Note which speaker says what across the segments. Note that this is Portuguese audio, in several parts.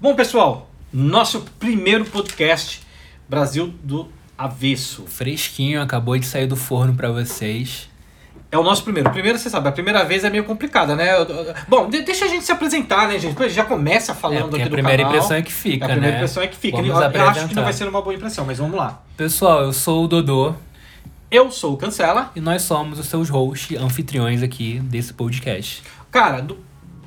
Speaker 1: Bom, pessoal, nosso primeiro podcast Brasil do Avesso.
Speaker 2: Fresquinho, acabou de sair do forno pra vocês.
Speaker 1: É o nosso primeiro. Primeiro, você sabe, a primeira vez é meio complicada, né? Eu- eu- Bom, de- deixa a gente se apresentar, né, gente? Pô, Já começa
Speaker 2: É,
Speaker 1: falando
Speaker 2: porque
Speaker 1: aqui
Speaker 2: a
Speaker 1: do
Speaker 2: primeira
Speaker 1: canal.
Speaker 2: impressão é que
Speaker 1: A
Speaker 2: fica,
Speaker 1: primeira
Speaker 2: né?
Speaker 1: impressão é que fica.
Speaker 2: Vamos
Speaker 1: eu, eu acho que
Speaker 2: apresentar.
Speaker 1: não vai ser uma boa impressão, mas vamos lá.
Speaker 2: Pessoal, eu sou o Dodô
Speaker 1: Eu sou o Cancela.
Speaker 2: e nós somos os seus hosts, anfitriões aqui desse podcast.
Speaker 1: Cara, do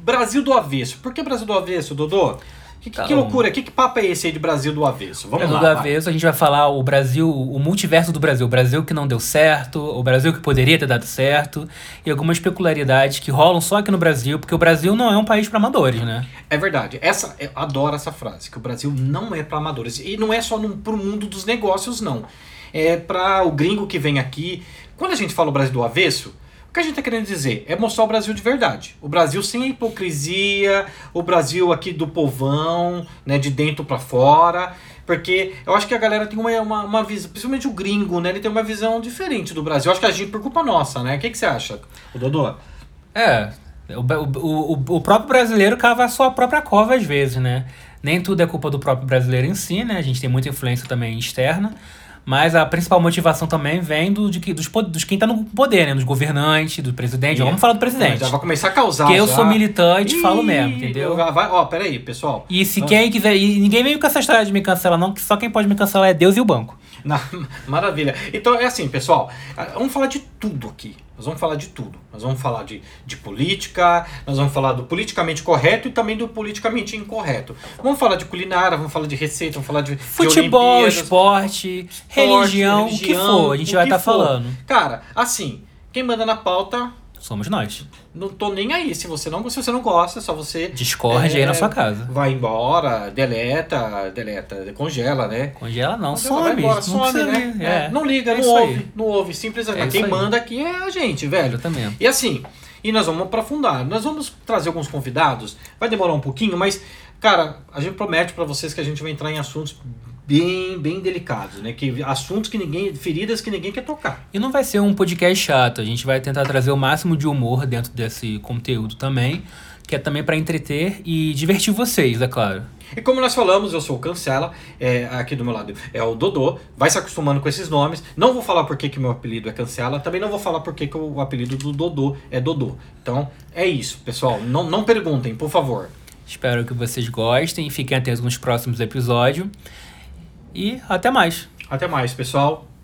Speaker 1: Brasil do Avesso. Por que Brasil do Avesso, Dodô? Que, que- que
Speaker 2: Então-
Speaker 1: loucura, que, que papo é esse aí de Brasil do Avesso? Vamos
Speaker 2: Brasil
Speaker 1: lá.
Speaker 2: É do
Speaker 1: vai.
Speaker 2: Avesso, a gente vai falar o Brasil, o multiverso do Brasil. O Brasil que não deu certo, o Brasil que poderia ter dado certo e algumas peculiaridades que rolam só aqui no Brasil, porque o Brasil não é um país pra amadores, né?
Speaker 1: É verdade. Essa, eu adoro essa frase, que o Brasil não é para amadores. E não é só num, pro mundo dos negócios, não. É para o gringo que vem aqui. Quando a gente fala o Brasil do avesso, o que a gente tá querendo dizer é mostrar o Brasil de verdade. O Brasil sem a hipocrisia, o Brasil aqui do povão, né, de dentro para fora. Porque eu acho que a galera tem uma, uma, uma visão, principalmente o gringo, né? Ele tem uma visão diferente do Brasil. Eu acho que a gente, por culpa nossa, né? O que, que você acha, ô Dodô?
Speaker 2: É, o, o, o, o próprio brasileiro cava a sua própria cova às vezes, né? Nem tudo é culpa do próprio brasileiro em si, né? A gente tem muita influência também externa, mas a principal motivação também vem do, de, que- dos, po- dos quem tá no poder, né? Dos governantes, do presidente.
Speaker 1: É.
Speaker 2: Vamos falar do
Speaker 1: Já
Speaker 2: presidente.
Speaker 1: vai começar a causar.
Speaker 2: Porque eu
Speaker 1: já.
Speaker 2: sou militante, falo mesmo,
Speaker 1: Ih,
Speaker 2: entendeu?
Speaker 1: Vai, vai, ó, peraí, pessoal.
Speaker 2: E se quem quiser. E ninguém vem com essa história de me cancelar, não, que só quem pode me cancelar é Deus e o banco.
Speaker 1: Na- maravilha. Então é assim, pessoal. ah, Vamos falar de tudo aqui. Nós vamos falar de tudo. Nós vamos falar de, de política, nós vamos falar do politicamente correto e também do politicamente incorreto. Vamos falar de culinária, vamos falar de receita, vamos falar de. de
Speaker 2: Futebol,
Speaker 1: Olimpíadas.
Speaker 2: esporte, religião, o que for, a gente
Speaker 1: o
Speaker 2: vai
Speaker 1: que
Speaker 2: estar
Speaker 1: for.
Speaker 2: falando.
Speaker 1: Cara, assim, quem manda na pauta,
Speaker 2: Somos nós.
Speaker 1: não tô nem aí. Se você não, se você não gosta, é só você
Speaker 2: Discorde aí
Speaker 1: É.
Speaker 2: na sua casa.
Speaker 1: vai embora, deleta, deleta, congela, né?
Speaker 2: Congela não,
Speaker 1: Você vai
Speaker 2: some.
Speaker 1: embora,
Speaker 2: não
Speaker 1: some,
Speaker 2: precisa
Speaker 1: né?
Speaker 2: vir.
Speaker 1: É, não liga,
Speaker 2: é
Speaker 1: não
Speaker 2: isso
Speaker 1: ouve,
Speaker 2: aí.
Speaker 1: não ouve. Simples assim.
Speaker 2: É
Speaker 1: Quem
Speaker 2: isso aí.
Speaker 1: manda aqui é a gente, velho.
Speaker 2: Exatamente.
Speaker 1: E assim, e nós vamos aprofundar. Nós vamos trazer alguns convidados. Vai demorar um pouquinho, mas, cara, a gente promete pra vocês que a gente vai entrar em assuntos bem, bem delicados, né? Que assuntos que ninguém, feridas que ninguém quer tocar.
Speaker 2: E não vai ser um podcast chato, a gente vai tentar trazer o máximo de humor dentro desse conteúdo também, que é também pra entreter e divertir vocês, é claro.
Speaker 1: E como nós falamos, eu sou o Cancela, é, aqui do meu lado é o Dodô, vai se acostumando com esses nomes. Não vou falar por que que meu apelido é Cancela, também não vou falar por que que o apelido do Dodô é Dodô. Então, é isso, pessoal. Não, não perguntem, por favor.
Speaker 2: Espero que vocês gostem, fiquem atentos nos próximos episódios e até mais.
Speaker 1: Até mais, pessoal.